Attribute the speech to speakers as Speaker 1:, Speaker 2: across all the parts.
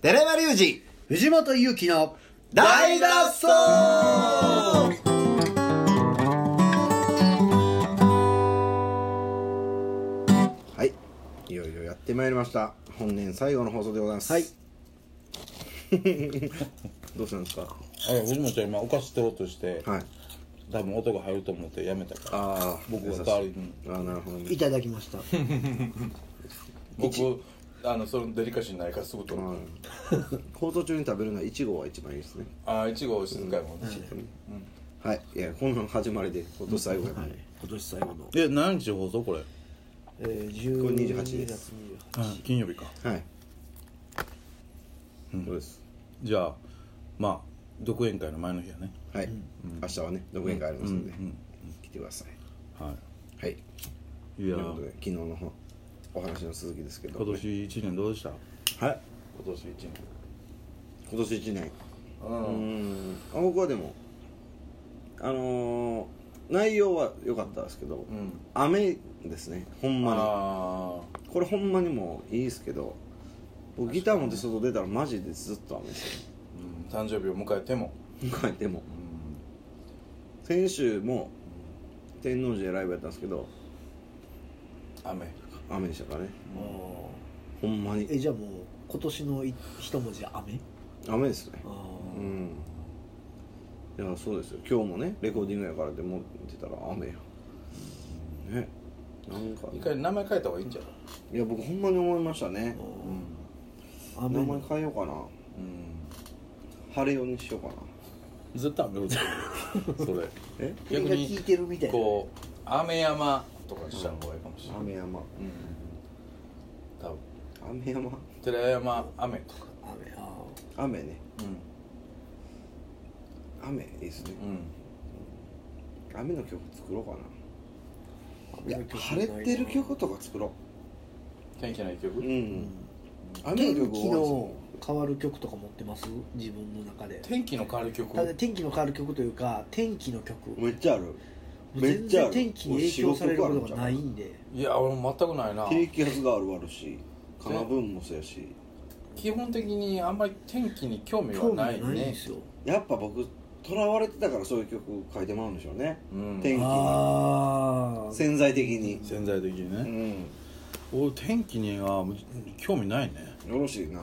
Speaker 1: 寺山隆二
Speaker 2: 藤本勇樹の
Speaker 1: 大脱走
Speaker 3: はいいよいよやってまいりました本年最後の放送でございます
Speaker 2: はい
Speaker 3: どうしたんですか
Speaker 4: あ藤本ちゃん今お菓子取ろうとして、
Speaker 3: はい
Speaker 4: 多分音が入ると思ってやめたから
Speaker 3: ああ
Speaker 4: 僕が代わりに
Speaker 3: ああなるほどね
Speaker 2: いただきました
Speaker 4: 僕あのそのデリカシーないからすぐ取る、
Speaker 3: 放送中に食べるのはイチゴは一番いいですね
Speaker 4: ああいちご静かやもん、ね
Speaker 3: はいいやこんなの始まりで今年最後やから、
Speaker 2: はい今年最後の、
Speaker 4: え何日放送これ、
Speaker 2: えー、12
Speaker 3: 28
Speaker 2: 月28
Speaker 3: です
Speaker 4: 金曜日か
Speaker 3: はい、そうです
Speaker 4: じゃあまあ独演会の前の日やね
Speaker 3: はい、明日はね独演会ありますんで、来てください
Speaker 4: は
Speaker 3: はい
Speaker 4: いいや
Speaker 3: ということで昨日のほお話の続きですけど
Speaker 4: 今年一年どうでした
Speaker 3: はい
Speaker 4: 今年一年
Speaker 3: 今年1年
Speaker 4: うん
Speaker 3: うんあ僕はでもあのー内容は良かったですけど、
Speaker 4: ん
Speaker 3: 雨ですねほんま
Speaker 4: あ
Speaker 3: にこれほんまにもういいですけど僕ギター持って外出たらマジでずっと雨です
Speaker 4: あ、うん、誕生日を迎えても、
Speaker 3: よ迎えても
Speaker 4: うん、
Speaker 3: 先週も天王寺でライブやったんですけど
Speaker 4: 雨
Speaker 3: 雨でしたからねほんま
Speaker 2: え
Speaker 3: に
Speaker 2: じゃあもう今年のい一文字は雨
Speaker 3: 雨ですね
Speaker 2: あー
Speaker 3: うんいやそうですよ今日もねレコーディングやからで持ってたら雨やねなんか
Speaker 4: 一回名前変えた方がいいんじゃう
Speaker 3: いや僕ほんまに思いましたね
Speaker 2: 雨
Speaker 3: 名前変えようか
Speaker 4: う
Speaker 3: な
Speaker 4: ん
Speaker 3: 晴れようにしようかな
Speaker 4: ずっと雨降って るそれ
Speaker 3: え
Speaker 2: これが効いてるみたいな
Speaker 4: こう雨山とかにした方がいいかもしれない、
Speaker 3: 雨山
Speaker 4: うん多分
Speaker 3: 雨山
Speaker 4: 寺山雨とか
Speaker 2: 雨あ
Speaker 3: 雨ね
Speaker 4: う
Speaker 3: 雨いいですね
Speaker 4: んうん
Speaker 3: 雨の曲作ろうか
Speaker 2: ー
Speaker 3: ないや晴れてる曲とか作ろ
Speaker 4: 天気ない曲、
Speaker 3: ううん雨
Speaker 2: 天
Speaker 3: の曲
Speaker 2: 気
Speaker 3: 多
Speaker 2: の変わる曲とか持ってます自分の中で
Speaker 4: 天気の変わる曲
Speaker 2: ただ天気の変わる曲というか天気の曲
Speaker 3: いですねめっちゃあるめっ
Speaker 2: 全
Speaker 3: ちゃあ
Speaker 2: 然
Speaker 3: る
Speaker 2: 天気に影響されることがないんで
Speaker 4: いや俺全くないな
Speaker 3: 低気圧があるあるしカナブーンもそうやし
Speaker 4: 基本的にあんまり天気に興味
Speaker 2: 興
Speaker 4: は
Speaker 2: 味な
Speaker 4: ない
Speaker 2: いんで
Speaker 4: ね
Speaker 2: すよ
Speaker 3: やっぱ僕とらわれてたからそういう曲書いてもらうんでしょうね
Speaker 4: うん
Speaker 3: 天気に
Speaker 2: ああ
Speaker 3: 潜在的に
Speaker 4: 潜在的に
Speaker 3: う
Speaker 4: ね、
Speaker 3: ん
Speaker 4: 俺天気には興味ないね
Speaker 3: よろしいな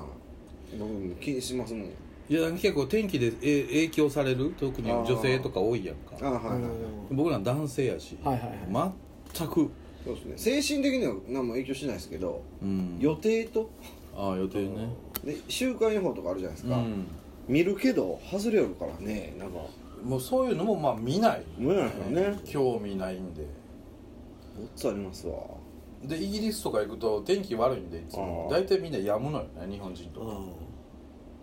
Speaker 3: 僕も気にしますもん
Speaker 4: いや結構天気でえ影響される特に女性とか多いやん
Speaker 3: あ
Speaker 4: か
Speaker 3: はいはいはい
Speaker 4: 僕ら男性やし、
Speaker 2: はいはい
Speaker 4: 全く、
Speaker 3: そうですね精神的には何も影響しないですけど
Speaker 4: うん、
Speaker 3: 予定と
Speaker 4: ああ予定ね
Speaker 3: で週間予報とかあるじゃないです
Speaker 4: う
Speaker 3: か、
Speaker 4: ん
Speaker 3: 見るけど外れよるからねなんか
Speaker 4: もうそういうのもまあ見ない
Speaker 3: 無理なんですよね
Speaker 4: 興味ないんで
Speaker 3: ごっつありますわ
Speaker 4: でイギリスとか行くと天気悪いんでいつも
Speaker 3: あー
Speaker 4: 大体みんなやむのよね日本人とか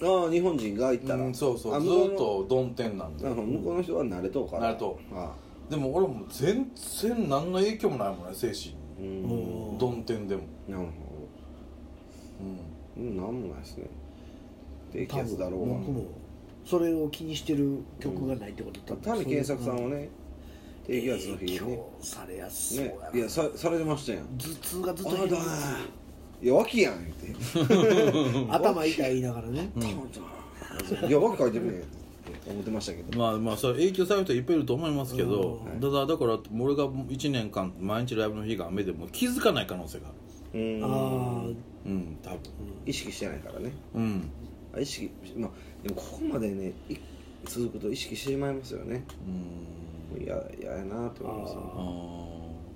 Speaker 3: ああ日本人が行ったら、
Speaker 4: うんそうそ
Speaker 3: あ
Speaker 4: うず
Speaker 3: 向こ
Speaker 4: ーっと曇天なん
Speaker 3: の
Speaker 4: で
Speaker 3: あの向こうの人は慣れとうから
Speaker 4: 慣れと
Speaker 3: あ
Speaker 4: でも俺もう全然何の影響もないもんね精神
Speaker 3: あうん
Speaker 2: おー
Speaker 4: に曇天でも
Speaker 3: なるほ
Speaker 4: うん
Speaker 3: どうんなんもないですね低気
Speaker 2: 多
Speaker 3: 圧
Speaker 2: 分
Speaker 3: だろう
Speaker 2: 僕もそれを気にしてる曲がないってこと
Speaker 3: が谷健作さんはね低気圧の
Speaker 2: 影
Speaker 3: 日ね
Speaker 2: 響されやすそう
Speaker 3: ね
Speaker 2: や
Speaker 3: いや
Speaker 2: な
Speaker 3: さされてましたやん
Speaker 2: 頭痛がずっ
Speaker 3: あ
Speaker 2: と減
Speaker 3: だ
Speaker 2: る
Speaker 3: ねいや脇やん言って
Speaker 2: 頭痛い言いながらね
Speaker 3: いや脇書いてるねって思ってましたけど
Speaker 4: まあまあそれ影響される人いっぱいいると思いますけど
Speaker 3: うん
Speaker 4: ただだから俺が1年間毎日ライブの日が雨でも気づかない可能性がある
Speaker 3: うん
Speaker 2: ああ
Speaker 4: うん多分
Speaker 3: 意識してないからね
Speaker 4: うん
Speaker 3: 意識まあでもここまでねい続くと意識してしまいますよね
Speaker 4: うん
Speaker 3: いやいややなと思いますよ
Speaker 4: あ
Speaker 2: あ
Speaker 4: ー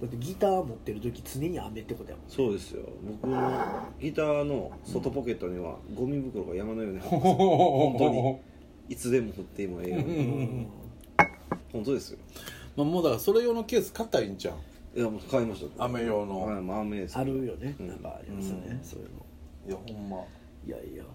Speaker 2: だってギター持ってる時常に雨ってことやもん
Speaker 3: そうですよ僕のギターの外ポケットにはゴミ袋が山のように入ってます
Speaker 4: 本
Speaker 3: 当にいつでも振ってもええように本当ですよ
Speaker 4: まあ、もうだからそれ用のケース買ったらいいんじゃん
Speaker 3: いやもう買いました
Speaker 4: 雨用の、
Speaker 3: はいもう雨です
Speaker 2: あるよね
Speaker 3: うん
Speaker 2: なんかありますよね
Speaker 4: うん
Speaker 2: そういうの
Speaker 4: いやほんま
Speaker 2: いやいやも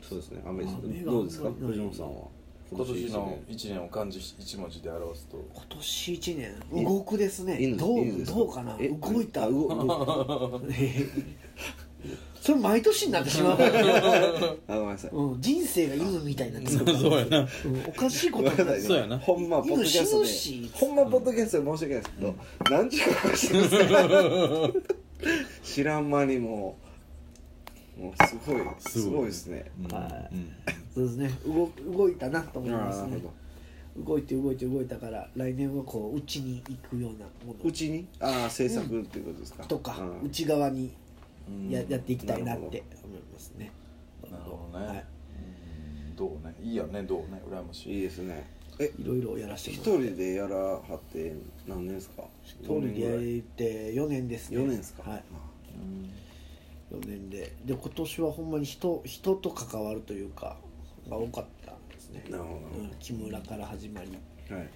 Speaker 3: そうですね雨です
Speaker 2: 雨が
Speaker 3: どうですか
Speaker 2: あんまり
Speaker 3: 藤
Speaker 2: ない
Speaker 3: 本さんは
Speaker 4: 今年の
Speaker 3: 一
Speaker 4: 1年を漢字1文字で表すと
Speaker 2: う今年一年動くです
Speaker 3: いい
Speaker 2: ね
Speaker 3: の
Speaker 2: ど
Speaker 3: いいの
Speaker 2: う
Speaker 3: です
Speaker 2: どうかな
Speaker 3: え
Speaker 2: 動いた
Speaker 3: あ動動い
Speaker 2: それ毎年になってしまうからね
Speaker 3: たあごめんなさい
Speaker 2: うん、人生が犬みたいになって るそうやな、うん、おかしいこ
Speaker 3: ごめ
Speaker 2: と
Speaker 3: ん
Speaker 2: にな
Speaker 3: な
Speaker 2: る
Speaker 3: さいね
Speaker 4: そうやな
Speaker 3: ほんまポッドキャ
Speaker 2: 犬
Speaker 3: ス
Speaker 2: 死ぬ
Speaker 3: ト
Speaker 2: し
Speaker 3: でほんまポッドキャストで申し訳ないですけど、何時間かしてますか知らん間にもうもうすごいすごいですね
Speaker 2: はい
Speaker 4: うん
Speaker 2: そうですね動動いたなと思い
Speaker 3: ああ
Speaker 2: ます
Speaker 3: なる
Speaker 2: ね
Speaker 3: ほど
Speaker 2: 動いて動いて動いたから来年はこう内に行くようなも
Speaker 3: う
Speaker 2: の
Speaker 3: ちにああ制作っていうことですか、
Speaker 2: とか
Speaker 3: うん
Speaker 2: 内側にや,、
Speaker 3: うん
Speaker 2: やっていきたいなって思いますね
Speaker 4: なるほどね、
Speaker 2: はい、
Speaker 4: うんどうねいいよねどうね羨ましい
Speaker 3: いいですねえ
Speaker 2: いろいろやらせて
Speaker 3: 一
Speaker 2: もらって
Speaker 3: 人でやらはって何年ですか
Speaker 2: 一人でやりて4年ですね
Speaker 3: 4年ですか、
Speaker 2: は
Speaker 4: う
Speaker 2: い
Speaker 4: ん
Speaker 2: 4年でで今年はほんまに人人と関わるというかが多かったんですね
Speaker 3: なるほど
Speaker 2: うん、木村から始まり
Speaker 3: はい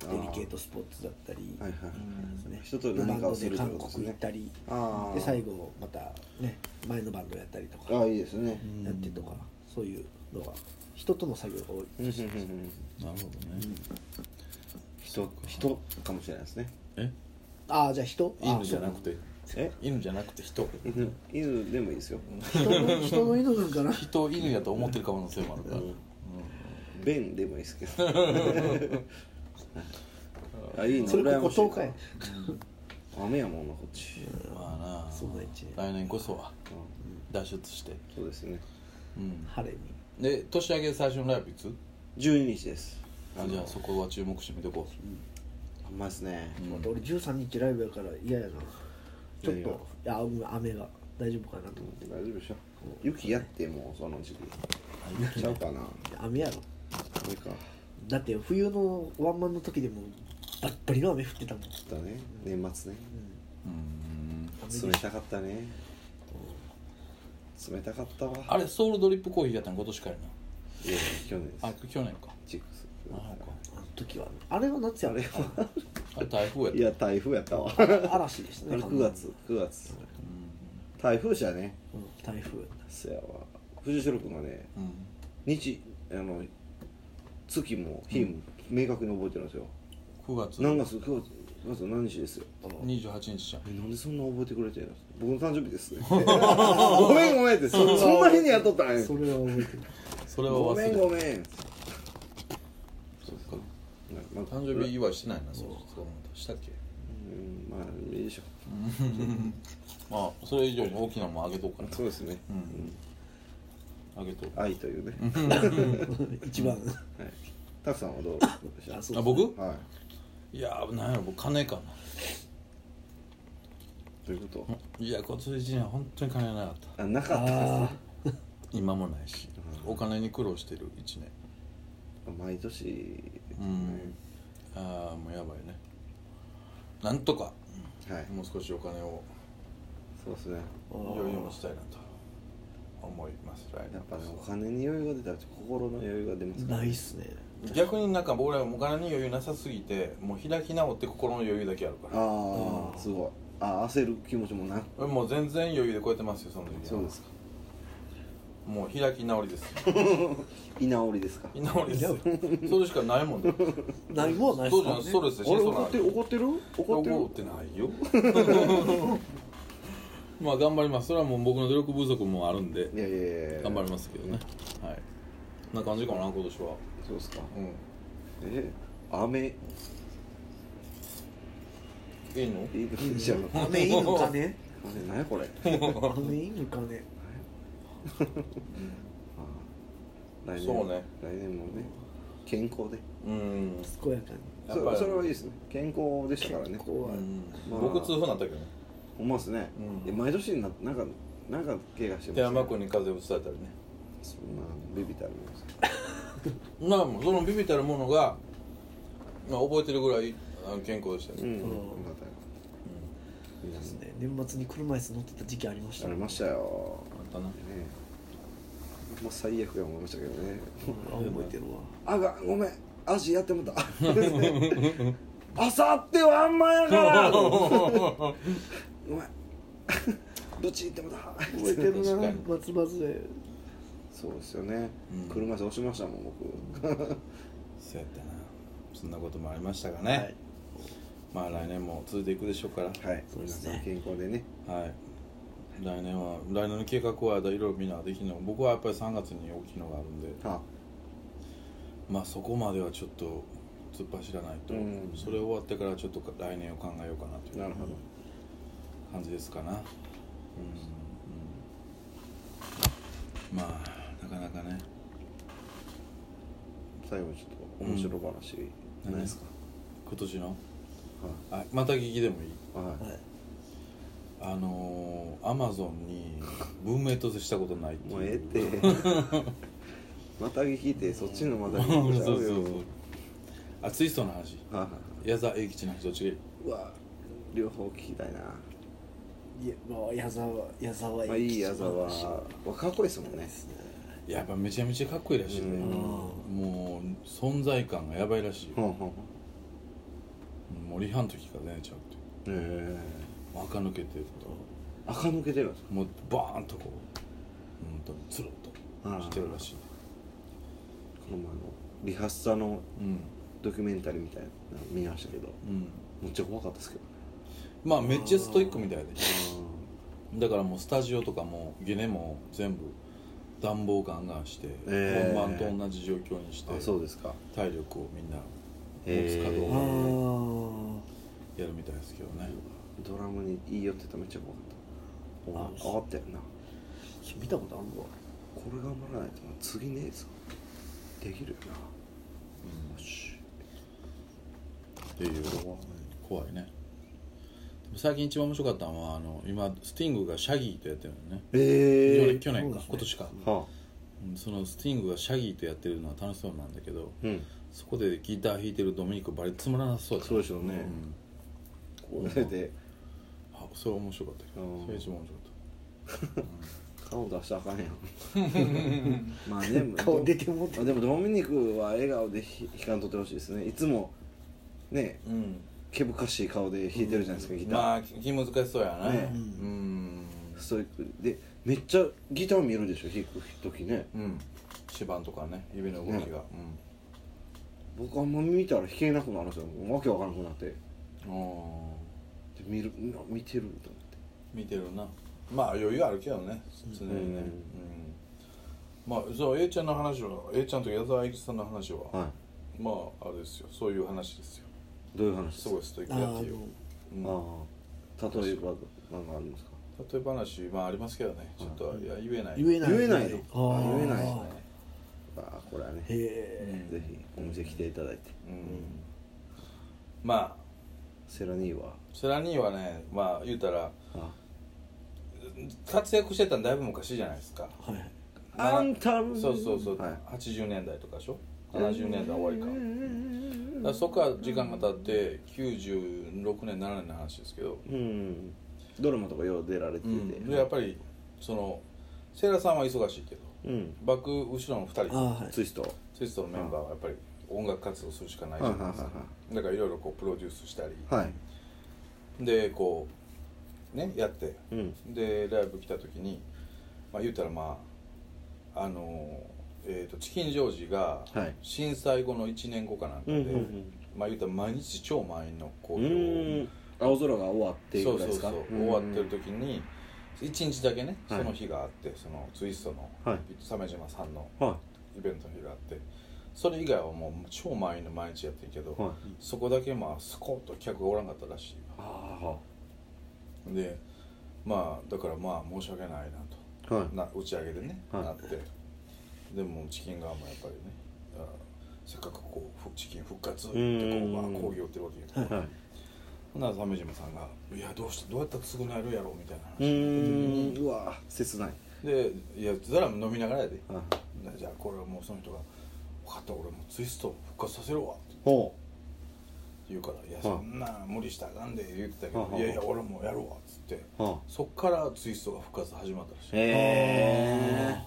Speaker 2: デリケートスポーツだったり、
Speaker 3: はいはいはい
Speaker 2: ですね
Speaker 3: 人と何かをする
Speaker 2: で
Speaker 3: とい
Speaker 2: バ
Speaker 3: うこ
Speaker 2: ン
Speaker 3: と
Speaker 2: コ
Speaker 3: です
Speaker 2: ク
Speaker 3: ね
Speaker 2: 行ったり
Speaker 3: ああ
Speaker 2: で最後またね前のバンドやったりとか
Speaker 3: ああいいですね
Speaker 2: やってとかそういうのが人との作業が多い
Speaker 3: うんうんうんうん
Speaker 4: なるほどね
Speaker 3: 人人かもしれないですね
Speaker 4: え
Speaker 2: ああじゃあ人あ
Speaker 4: 犬じゃなくて
Speaker 3: え
Speaker 4: 犬じゃなくて人
Speaker 3: 犬犬でもいいですよ
Speaker 2: そう人の人の犬なんか な
Speaker 4: 人を犬やと思ってる可能性もあるから、
Speaker 3: 便でもいいですけど あいいな
Speaker 2: それこ
Speaker 3: 羨
Speaker 2: こ
Speaker 3: ましい
Speaker 2: 東海
Speaker 3: 雨やもんなこっち、
Speaker 4: まあな
Speaker 2: そうだ一年
Speaker 4: 来年こそは
Speaker 3: うん
Speaker 4: 脱出して、
Speaker 3: そうですね
Speaker 4: うん、
Speaker 2: 晴れに
Speaker 4: で年明け最初のライブいつ
Speaker 3: 12日です
Speaker 4: あじゃあそこは注目してみてこ
Speaker 3: あんまですね、
Speaker 4: う、うん
Speaker 2: また俺13日ライブやから嫌やなちょっ
Speaker 3: 何が
Speaker 2: といやうん雨が大丈夫かなと思って
Speaker 3: 大丈夫でしょ雪やってもうその時期ちゃうかなこ
Speaker 2: 雨やろ
Speaker 3: れか
Speaker 2: だって冬のワンマンの時でもバッバリの雨降ってたもん、う
Speaker 3: だね年末ね
Speaker 2: ん、
Speaker 4: うん
Speaker 2: 雨で
Speaker 3: 冷たかったね冷たかったわ
Speaker 4: あれソウルドリップコーヒーやったの今年からや
Speaker 3: いや去年です
Speaker 4: なあ去年か
Speaker 3: チックス
Speaker 4: あなんか
Speaker 2: あの時はあれは夏 やろ
Speaker 4: あれ台風やった
Speaker 3: いや台風やったわ
Speaker 2: 嵐です
Speaker 3: あ
Speaker 2: ね
Speaker 3: れ9月9月台風じゃね
Speaker 2: うん台風
Speaker 3: そやわ藤代君がね
Speaker 4: うん
Speaker 3: 日あの月も日も明確に覚えてるんですよ、
Speaker 4: 9月
Speaker 3: 何月9月9月何日ですよ
Speaker 4: 28日じゃん
Speaker 3: えなんでそんな覚えてくれてるの僕の誕生日です ごめんごめんってそそんな日にやっとったんや
Speaker 2: それは覚えてる
Speaker 4: それは
Speaker 3: ご
Speaker 4: 忘れ
Speaker 3: めん
Speaker 4: た
Speaker 3: ごめん
Speaker 4: そっか
Speaker 3: まあ
Speaker 4: 誕生日祝いしてないなそうそう思ったしたっけ
Speaker 3: うんまあいいでしょ
Speaker 4: まあそれ以上に大きなもんあげとくか
Speaker 3: そうですね、
Speaker 4: うんなあげとく
Speaker 3: 愛というね、
Speaker 2: 一番
Speaker 3: はい、たくさんはどうでしょ
Speaker 2: あ
Speaker 3: う
Speaker 2: そう
Speaker 4: あ僕
Speaker 3: はい
Speaker 4: やーなんやろ僕金かない
Speaker 3: ということ
Speaker 4: いや今年一年は本当に金がなかった
Speaker 3: あなかったですね
Speaker 2: あ
Speaker 4: 今もないしお金に苦労してる1年
Speaker 3: 毎年
Speaker 4: うんああもうやばいねなんとか
Speaker 3: はい
Speaker 4: もう少しお金を
Speaker 3: そうですね
Speaker 4: 余裕もしたいなと思います来
Speaker 3: やっぱねお
Speaker 4: 年
Speaker 3: 金に余裕が出たら心の余裕が出ます
Speaker 2: ー
Speaker 3: から
Speaker 2: ないっすね
Speaker 4: 逆になんか僕らはお金に余裕なさすぎてもう開き直って心の余裕だけあるから
Speaker 3: ああすごいあ焦る気持ちもな
Speaker 4: 俺もう全然余裕で超えてますよその時は
Speaker 3: そうですか
Speaker 4: もう開き直りです よ
Speaker 3: 居直りですか
Speaker 4: 居直りですよそれしかないもんだよ
Speaker 2: ないもんはないっ
Speaker 4: そ
Speaker 2: す
Speaker 4: うじゃんス
Speaker 2: か
Speaker 4: ト
Speaker 2: らね
Speaker 4: レスでし
Speaker 3: 俺
Speaker 4: そう
Speaker 3: 怒ってる怒ってる怒って
Speaker 4: 怒って
Speaker 3: る
Speaker 4: ないよ まあ頑張りますそれはもう僕の努力不足もあるんで
Speaker 3: いやいやいや
Speaker 4: 頑張りますすけどねはいこんな感じかな今年は
Speaker 3: そうですか
Speaker 4: う
Speaker 3: え雨
Speaker 4: んいいの
Speaker 3: いいのじゃん
Speaker 2: 雨犬かね
Speaker 3: 雨何や これ
Speaker 2: 雨犬かね
Speaker 3: 来年
Speaker 4: そうね
Speaker 3: 来年もね健康で
Speaker 4: うん
Speaker 2: 健やかに
Speaker 4: やっぱり
Speaker 3: そそれはいいですね健康でしたからね
Speaker 2: 健康は
Speaker 3: まあ
Speaker 4: 僕痛風になったけどね
Speaker 3: ほんまですね
Speaker 4: うん
Speaker 3: いや毎年ななんかなんか怪我してます
Speaker 4: 手山君に風邪を伝えたりね
Speaker 3: そんなビビたるもんです
Speaker 4: なあもうそのビビたるものが、まあ、覚えてるぐらいあの健康でした
Speaker 3: う
Speaker 4: ね
Speaker 3: んよ
Speaker 2: うん
Speaker 3: かったよ
Speaker 2: そうですね年末に車椅子乗ってた時期ありました
Speaker 3: ありましたよ
Speaker 4: あったな
Speaker 3: ねもう最悪や思いましたけどね
Speaker 2: あ覚えてるわ
Speaker 3: あがごめん足やってもうたあさってはあんまやからごめんどっち行ってもうた
Speaker 2: 覚えてる
Speaker 4: 確か
Speaker 2: な
Speaker 4: に
Speaker 2: 松松で
Speaker 3: そうですよね、
Speaker 4: うん
Speaker 3: 車椅子押しましたもん僕
Speaker 4: そうやったなそんなこともありましたがね、ま
Speaker 2: はい
Speaker 4: あ来年も続いていくでしょうから
Speaker 3: はい
Speaker 2: そうですね
Speaker 3: 皆さん健康でね
Speaker 4: はい来年は来年の計画はいろいろみんなできるの僕はやっぱり3月に大きいのがあるんで
Speaker 3: は
Speaker 4: まあそこまではちょっと突っ走らないと、
Speaker 3: うん
Speaker 4: それ終わってからちょっと来年を考えようかなと
Speaker 3: あ
Speaker 4: い
Speaker 3: なる
Speaker 4: う
Speaker 3: ほど、
Speaker 4: 感じですかなうん、うんまあなかなかね
Speaker 3: 最後にちょっと面白話、
Speaker 4: 何ですか今年の
Speaker 3: は
Speaker 4: あまた聞きでもいい
Speaker 3: い、はい
Speaker 2: はい
Speaker 4: あのー、アマゾンに文明と接したことないって
Speaker 3: もう
Speaker 4: い
Speaker 3: え
Speaker 4: う
Speaker 3: えってまたぎ聞いてそっちのまた ぎ
Speaker 4: そう
Speaker 3: 聞いちゃ
Speaker 4: そうう
Speaker 3: よ
Speaker 4: そうあツイストの話
Speaker 3: はいはいは
Speaker 4: 矢沢永吉の話どっちがいい
Speaker 3: いうわ両方聞きたいな、
Speaker 2: いやまあ矢沢矢沢
Speaker 3: まあ、いい矢沢
Speaker 2: いい
Speaker 3: はかっこいいですもんね
Speaker 4: やっぱめちゃめちゃかっこいいらしいね
Speaker 3: うん
Speaker 4: もう存在感がやばいらしい
Speaker 3: ほんほん
Speaker 4: もうリハの時からねちゃうって
Speaker 3: へえ
Speaker 4: もう垢抜けて
Speaker 3: 垢抜けてるんです
Speaker 4: もうバーンとこううんとつるっとしてるらしい
Speaker 3: かこの前のリハッサの
Speaker 4: うん
Speaker 3: ドキュメンタリーみたいなの見ましたけど
Speaker 4: うん
Speaker 3: めっちゃ怖かったですけど
Speaker 4: まあめっちゃストイックみたいで
Speaker 3: ね
Speaker 4: だからもうスタジオとかもゲネも全部暖房ガンガンして、
Speaker 3: えー
Speaker 4: 本番と同じ状況にして
Speaker 3: あそうですか
Speaker 4: 体力をみんな持つ
Speaker 3: え
Speaker 4: かどう
Speaker 2: あ
Speaker 4: か
Speaker 2: ー
Speaker 4: やるみたいですけどね、
Speaker 3: ドラムに言い寄ってためっちゃ怖かったああったよな
Speaker 2: 見たことあんの
Speaker 3: これ頑張らないと次ねえぞできるよなよし
Speaker 4: っていう怖いねでも最近一番面白かったのはあの今スティングがシャギーとやってるのね、
Speaker 3: ええ
Speaker 4: 去年
Speaker 2: そう
Speaker 4: か、
Speaker 2: ですね
Speaker 4: 今年か、
Speaker 3: はあ
Speaker 4: うんそのスティングがシャギーとやってるのは楽しそうなんだけど
Speaker 3: うん
Speaker 4: そこでギター弾いてるドミニクバリつまらなそうだ
Speaker 3: そうでしょうね
Speaker 4: ん
Speaker 3: これで
Speaker 4: あそれ面白かったけ
Speaker 3: う
Speaker 4: ど
Speaker 3: ん
Speaker 4: それ一番面白かった
Speaker 3: 顔出したらあかんやんまあね
Speaker 2: 顔出てもうて
Speaker 3: あでもドミニクは笑顔でひ弾かんとってほしいですねいつもね
Speaker 4: うん
Speaker 3: 毛深しい顔で弾いてるじゃないですかギター、
Speaker 4: まあ気難しそうやな、
Speaker 3: ね
Speaker 4: うん
Speaker 3: ストイックでめっちゃギター見るでしょ弾く時ね
Speaker 4: うん指板とかね指の動きが、
Speaker 3: 僕あんま見たら弾けなくなるんですよわけわからなくなってで
Speaker 4: うんあ
Speaker 3: 見るうわ見てると思って
Speaker 4: ー見てるなまあ余裕あるけどね常にね
Speaker 3: うん
Speaker 4: うんまあそう A ちゃんの話は A ちゃんと矢沢永吉さんの話は、
Speaker 3: は
Speaker 4: まああれですよそういう話ですよ
Speaker 3: いどういう話ですす
Speaker 4: ご
Speaker 3: か
Speaker 4: いストイッ
Speaker 2: あ
Speaker 4: クや
Speaker 2: ー
Speaker 4: っ
Speaker 2: あ
Speaker 4: ていう
Speaker 2: の
Speaker 4: うん
Speaker 3: ああ例えば何かありますか
Speaker 4: 例え話まあありますけどねちょっと、いや言えない
Speaker 2: 言えない
Speaker 3: 言えないの
Speaker 2: あー
Speaker 3: あ言えないああこれはね
Speaker 2: へ
Speaker 3: ぜ
Speaker 2: え
Speaker 3: ひお店来ていただいて
Speaker 4: うんまあ
Speaker 3: セラニーは
Speaker 4: セラニーはねまあ言うたら
Speaker 3: あ
Speaker 4: 活躍してたのだいぶ昔じゃないですか
Speaker 2: はい
Speaker 3: あんたの
Speaker 4: そうそうそう、
Speaker 3: はい
Speaker 4: 80年代とかでしょ70年代終わりか,、だからそこから時間が経って96年7年の話ですけど、
Speaker 3: うんドラマとかよう出られてて
Speaker 4: でやっぱりそのセイラさんは忙しいけど
Speaker 3: うん
Speaker 4: バック後ろの2
Speaker 2: あー
Speaker 4: 人
Speaker 2: はい
Speaker 3: ツイストは
Speaker 4: ツイストのメンバーはやっぱり音楽活動するしかない
Speaker 3: い
Speaker 4: じ
Speaker 3: は
Speaker 4: ゃ
Speaker 3: い
Speaker 4: ないですか、
Speaker 3: は
Speaker 4: だからいろいろこうプロデュースしたり、
Speaker 3: いはい
Speaker 4: でこうねやって
Speaker 3: うん
Speaker 4: でライブ来た時にまあ言うたらまああのえー、とチキンジョージが
Speaker 3: はい
Speaker 4: 震災後の1年後かなんかで、
Speaker 3: うんうんうん
Speaker 4: まあ言うたら毎日超満員の
Speaker 3: う
Speaker 4: 工場
Speaker 3: ーん青空が終わってい
Speaker 4: そ
Speaker 3: く
Speaker 4: うそ
Speaker 3: で
Speaker 4: う
Speaker 3: す
Speaker 4: そ
Speaker 3: か
Speaker 4: う
Speaker 3: う
Speaker 4: 終
Speaker 3: ん
Speaker 4: わってる時に1日だけねそ
Speaker 3: はい
Speaker 4: の日があって、そのツイストの
Speaker 3: はい
Speaker 4: 鮫島さんの
Speaker 3: は
Speaker 4: イベントの日があってそれ以外はもう超満員の毎日やってるけど、
Speaker 3: いはい
Speaker 4: そこだけまあスコッと客がおらんかったらしいわ
Speaker 3: あ
Speaker 4: でまあだからまあ申し訳ないなと
Speaker 3: あはい
Speaker 4: な打ち上げでね、
Speaker 3: はい
Speaker 4: なってでもチキン側もやっぱりねあせっかくこうふチキン復活ってこう
Speaker 3: うん
Speaker 4: まあ抗議をってるわけやけど
Speaker 3: は
Speaker 4: ほんなら鮫島さんが「いやどうしてどうやったら償えるやろ」みたいな話
Speaker 3: いうんうわ切ない
Speaker 4: でいやそれは飲みながらやで
Speaker 3: はい
Speaker 4: じゃあこれはもうその人が「分かった俺もうツイスト復活させるわ」って
Speaker 3: ほ
Speaker 4: 言うから「いやそんな無理したらあかんで」言ってたけど
Speaker 3: は
Speaker 4: 「
Speaker 3: あはいあ
Speaker 4: やいや俺もやるわ」っつって
Speaker 3: うは
Speaker 4: そっからツイストが復活始まったらしいっ
Speaker 3: へ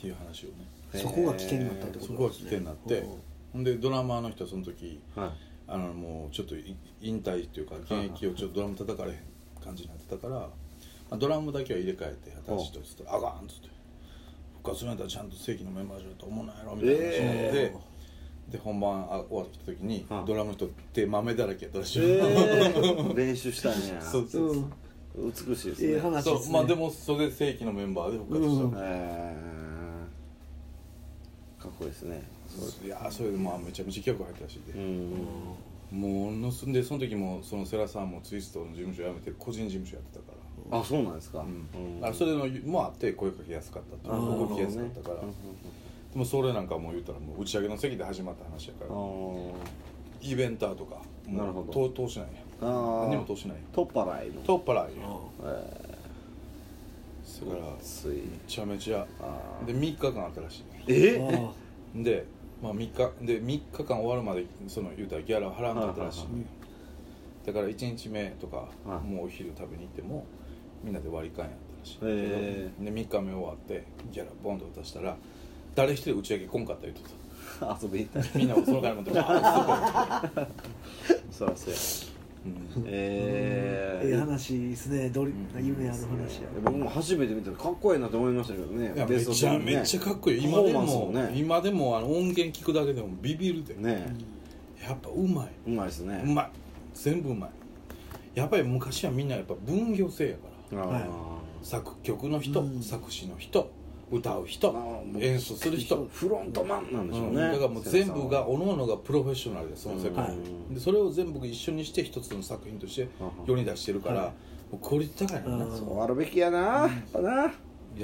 Speaker 4: ていう話をね
Speaker 3: え
Speaker 2: そこが危険だったってこと
Speaker 4: そこが起点になってほんでドラマーの人はその時
Speaker 3: はい
Speaker 4: あのもうちょっとい引退っていうか現役をちょっとドラム叩かれへん感じになってたから、まあ、ドラムだけは入れ替えて新しい人つって「あかん」っつって「復活するんやったらちゃんと正規のメンバーじゃないと思うなんやろ」みたいな話になって、
Speaker 3: え
Speaker 4: で本番あ終わってきた時に、
Speaker 3: はあ
Speaker 4: ドラムの人手豆だらけやったらしい、
Speaker 3: 練習 したん や
Speaker 4: そうそううそ
Speaker 2: ん
Speaker 3: 美しいです
Speaker 2: ええ
Speaker 3: ね
Speaker 2: 話
Speaker 4: う
Speaker 2: です
Speaker 4: そう
Speaker 2: ね
Speaker 4: まあでもそれで正規のメンバーで復活した、
Speaker 2: うん
Speaker 3: えーかっこいいですね
Speaker 4: そういやーそれでまあめちゃめちゃ客入ったらしいで
Speaker 3: う、ん
Speaker 4: もうのすんでその時もその世良さんもツイストの事務所辞めて個人事務所やってたから、
Speaker 3: あそうなんですか、
Speaker 4: うん、あそれのもあって声かけやすかったっていう動きやすかったから、
Speaker 3: うん
Speaker 4: でもそれなんかもう言ったらもう打ち上げの席で始まった話やから
Speaker 3: うんうん
Speaker 4: イベンターとかもう
Speaker 3: なるほど
Speaker 4: 通通しないや
Speaker 3: あー
Speaker 4: 何も通しないや
Speaker 3: 取っ払いの
Speaker 4: 通っ払いやだからめ
Speaker 3: つい
Speaker 4: ちゃめちゃ
Speaker 3: あ
Speaker 4: で3日間あったらし
Speaker 3: え
Speaker 2: あ
Speaker 4: いで、まあ、3日で3日間終わるまでその言うたらギャラを払わなかったらしい
Speaker 3: はいはいは
Speaker 4: だから1日目とか
Speaker 3: はい
Speaker 4: もうお昼食べに行ってもみんなで割り勘やったらしい
Speaker 3: へ
Speaker 4: で3日目終わってギャラボンと渡したら誰一人打ち上げこんかった言うとった
Speaker 3: 遊びに行ったり
Speaker 4: みんなその金持 ってバーッ
Speaker 3: そら そうや
Speaker 4: と
Speaker 3: え
Speaker 2: ええ話ですねどり夢ある話や
Speaker 3: 僕も初めて見たらかっこいいなと思いましたけどね
Speaker 4: いやめちゃめちゃかっこいい今でも
Speaker 3: ね
Speaker 4: 今でもあの音源聞くだけでもビビるで
Speaker 3: ね
Speaker 4: やっぱうまいう
Speaker 3: まいですね
Speaker 4: うまい全部うまいやっぱり昔はみんなやっぱ分業制やから
Speaker 3: あ
Speaker 2: はい
Speaker 4: 作曲の人、
Speaker 2: うん
Speaker 4: 作詞の人歌う人
Speaker 3: あもう
Speaker 4: 演奏する人
Speaker 3: フロントマンなんでしょうね、
Speaker 4: うんだからもう全部が各々がプロフェッショナルでその世界
Speaker 2: う
Speaker 4: に、
Speaker 3: ん
Speaker 4: でそれを全部一緒にして一つの作品として世に出してるから、
Speaker 2: はい
Speaker 4: もうクオリティ高いのね、
Speaker 2: う
Speaker 3: 終
Speaker 2: ん
Speaker 3: わるべきやな、やっぱな
Speaker 4: や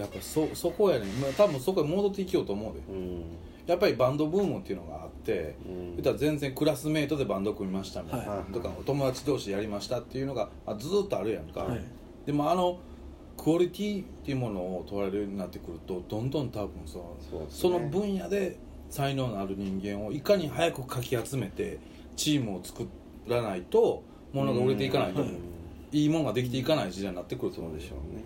Speaker 4: っぱそそこやねんまあ多分そこへ戻っていきようと思うで
Speaker 3: うん
Speaker 4: やっぱりバンドブームっていうのがあって、
Speaker 3: うん
Speaker 4: 言ったら全然クラスメートでバンド組みましたみたいな、
Speaker 3: はい
Speaker 4: とかお友達同士でやりましたっていうのがあずーっとあるやんか、
Speaker 2: はい
Speaker 4: でもあのクオリティっていうものを問われるようになってくるとどんどん多分その
Speaker 3: そうですね
Speaker 4: の分野で才能のある人間をいかに早くかき集めてチームを作らないとものが売れていかないと、
Speaker 2: うんはい
Speaker 4: い、いもんができていかない時代になってくると思
Speaker 3: そ
Speaker 4: う
Speaker 3: うで
Speaker 4: で
Speaker 3: し
Speaker 4: し
Speaker 3: ょ
Speaker 4: ょ
Speaker 3: うね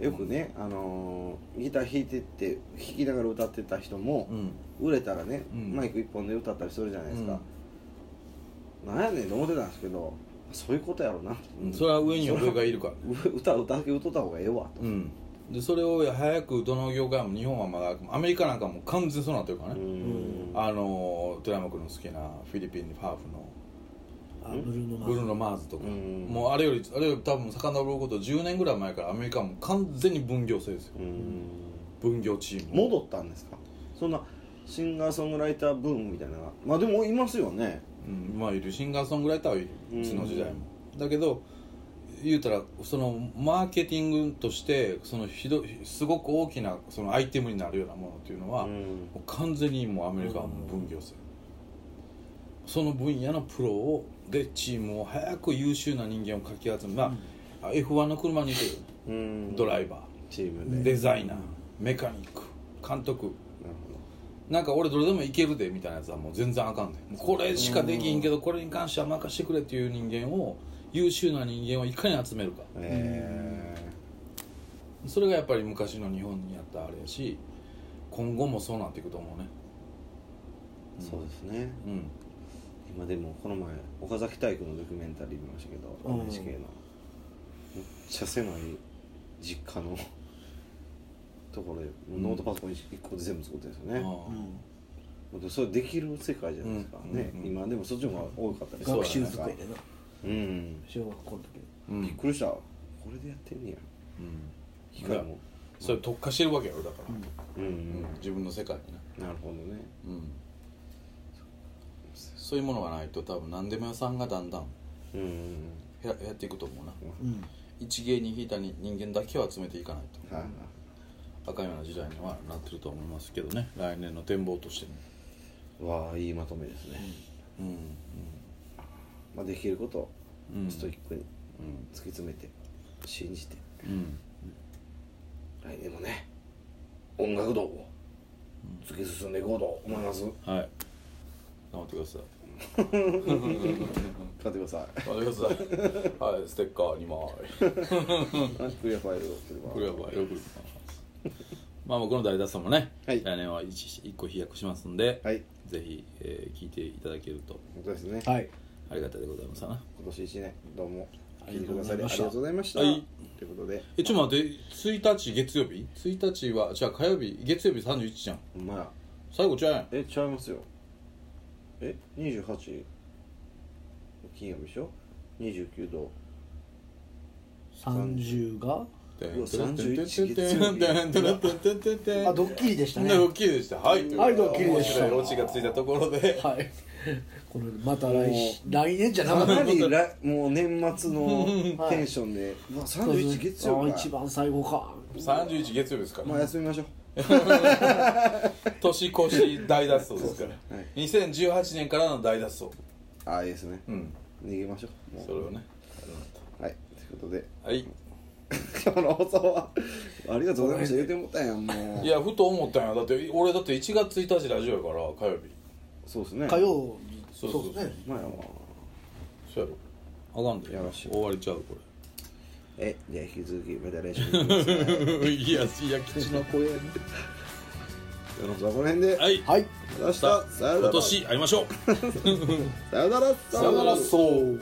Speaker 3: よくね、あのーギター弾いてって弾きながら歌ってた人も、
Speaker 4: うん
Speaker 3: 売れたらね、
Speaker 4: うん
Speaker 3: マイク一本で歌ったりするじゃないですか、なんやねんと思ってたんですけどそういうことやろな、
Speaker 4: うんそれは上に俺がいるからね
Speaker 3: 歌歌だけ歌った方がええわ
Speaker 4: うん、でそれを早くどの業界も日本はまだアメリカなんかもう完全にそうなってるから
Speaker 3: と
Speaker 4: ね、あの寺山君の好きなフィリピンハーフの
Speaker 2: あブルーノマ
Speaker 4: ブルー
Speaker 2: ーズ
Speaker 4: ノ・マーズとか、
Speaker 3: うん
Speaker 4: もうあれよりあれより多分遡ること10年ぐらい前からアメリカはもう完全に分業制ですよ
Speaker 3: うん
Speaker 4: 分業チーム
Speaker 3: 戻ったんですかそんなシンガーソングライターブームみたいなのがまあでもいますよね
Speaker 4: うん、まあいるシンガーソングライターはいる
Speaker 3: うん
Speaker 4: うちの時代も、だけど言うたらそのマーケティングとしてそのひどすごく大きなそのアイテムになるようなものっていうのは、
Speaker 3: うん
Speaker 4: もう完全にもうアメリカはもう分業制、その分野のプロをでチームを早く優秀な人間をかき集め、まあ、F1 の車にいるよ
Speaker 3: うん
Speaker 4: ドライバ
Speaker 3: チーム
Speaker 4: ー、
Speaker 3: で
Speaker 4: デザイナーメカニック監督
Speaker 3: なる
Speaker 4: なんか俺どれでもいけるでみたいなやつはもう全然あかんでもうこれしかできんけどこれに関しては任してくれっていう人間を優秀な人間をいかに集めるか
Speaker 3: ほどえ
Speaker 4: それがやっぱり昔の日本にあったあれやし今後もそうなっていくと思うね
Speaker 3: ーそうですね
Speaker 4: うん
Speaker 3: 今でもこの前岡崎体育のドキュメンタリー見ましたけど
Speaker 2: うん
Speaker 3: NHK のめっちゃ狭い実家の ところでもうノートパソコン1個で全部作ってるんですよね、
Speaker 4: ああ
Speaker 3: でそれできる世界じゃないですかね、
Speaker 4: うんうん
Speaker 3: 今でもそっちの方が多かったり
Speaker 4: そうだね
Speaker 2: 学習机でな
Speaker 3: うん
Speaker 2: 小学校の時
Speaker 4: うん
Speaker 3: びっくりしたこれでやってんねや
Speaker 4: うん
Speaker 3: 光も
Speaker 4: それ特化してるわけよだから、
Speaker 3: うん、う
Speaker 4: うん
Speaker 3: ん
Speaker 4: 自分の世界にね、
Speaker 3: なるほどね
Speaker 4: うん、そういうものがないと多分何でも屋さんがだんだん
Speaker 3: うん
Speaker 4: 減ら減っていくと思うな
Speaker 2: うん
Speaker 4: 一芸に引いた人間だけを集めていかない
Speaker 3: はいはい
Speaker 4: と赤いような時代にはなってると思いますけどね来年の展望としても
Speaker 3: わあいいまとめですね、
Speaker 4: うん
Speaker 3: まあ、できることを
Speaker 4: うん
Speaker 3: ストイックに
Speaker 4: うん
Speaker 3: 突き詰めて信じて
Speaker 4: うん
Speaker 3: 来年もね音楽道を突き進んでいこうと思います
Speaker 4: はい頑張ってください
Speaker 3: 使ってください
Speaker 4: 頑張ってください はいステッカー2枚
Speaker 3: クリアファイルを送ります
Speaker 4: これはまあよくまあ僕の大脱走もね、
Speaker 3: はい
Speaker 4: 来年は 1, 一個飛躍しますんで、
Speaker 3: はい
Speaker 4: ぜひ、えー聞いていただけると
Speaker 3: 本当ですね、
Speaker 2: はい
Speaker 4: ありがたいでございますな
Speaker 3: 今年一年どうも
Speaker 2: あ
Speaker 3: 聞い
Speaker 2: り
Speaker 3: て
Speaker 2: がと
Speaker 3: く
Speaker 2: う
Speaker 3: だ
Speaker 2: ご
Speaker 3: さ
Speaker 2: ざ
Speaker 3: りありが
Speaker 2: いました
Speaker 3: とうございました、
Speaker 4: はい
Speaker 3: ということで
Speaker 4: えちょっと待って1日月曜日1日はじゃあ火曜日月曜日31じゃん
Speaker 3: ほんまや
Speaker 4: 最後ちゃうやん
Speaker 3: えちゃいますよえ二28金曜日でしょ29度
Speaker 2: 30が
Speaker 4: う
Speaker 3: わ31月曜日
Speaker 2: あドッキリでしたね
Speaker 4: ドッキリでしたはい
Speaker 2: はいドッキリでした
Speaker 4: 面白いオチがついたところで
Speaker 2: はい これまた来し来年じゃなか
Speaker 3: か
Speaker 2: った
Speaker 3: なりらもう年末 のテンションで、まあ、31月曜
Speaker 2: あ
Speaker 3: か
Speaker 2: 一番最後か
Speaker 4: 31月曜日ですから、
Speaker 3: まあ休みましょう
Speaker 4: 年越し大脱走ですから、
Speaker 3: はい
Speaker 4: 2018年からの大脱走
Speaker 3: ああいいですね
Speaker 4: うん
Speaker 3: 逃げましょうも
Speaker 4: それをね
Speaker 3: うはいということで
Speaker 4: はい
Speaker 3: 今日の放送はありがとうございました言うてもったやんもう
Speaker 4: いやふと思ったんやだって俺だって1月1日ラジオやから火曜日
Speaker 3: そうですね
Speaker 2: 火曜に
Speaker 4: そう
Speaker 2: そ
Speaker 4: そうう
Speaker 2: ですね
Speaker 3: まあまあまあ
Speaker 4: そうやろあかんで
Speaker 3: やらしい
Speaker 4: 終わりちゃうこ
Speaker 3: えじゃあ引き続きまた来週行きます
Speaker 4: れ いやいや吉の声
Speaker 3: 今日の放送はこの辺で
Speaker 4: はい
Speaker 2: はい
Speaker 3: また明日さよなら
Speaker 4: 今年会いましょう
Speaker 3: さよなら
Speaker 4: さよならそう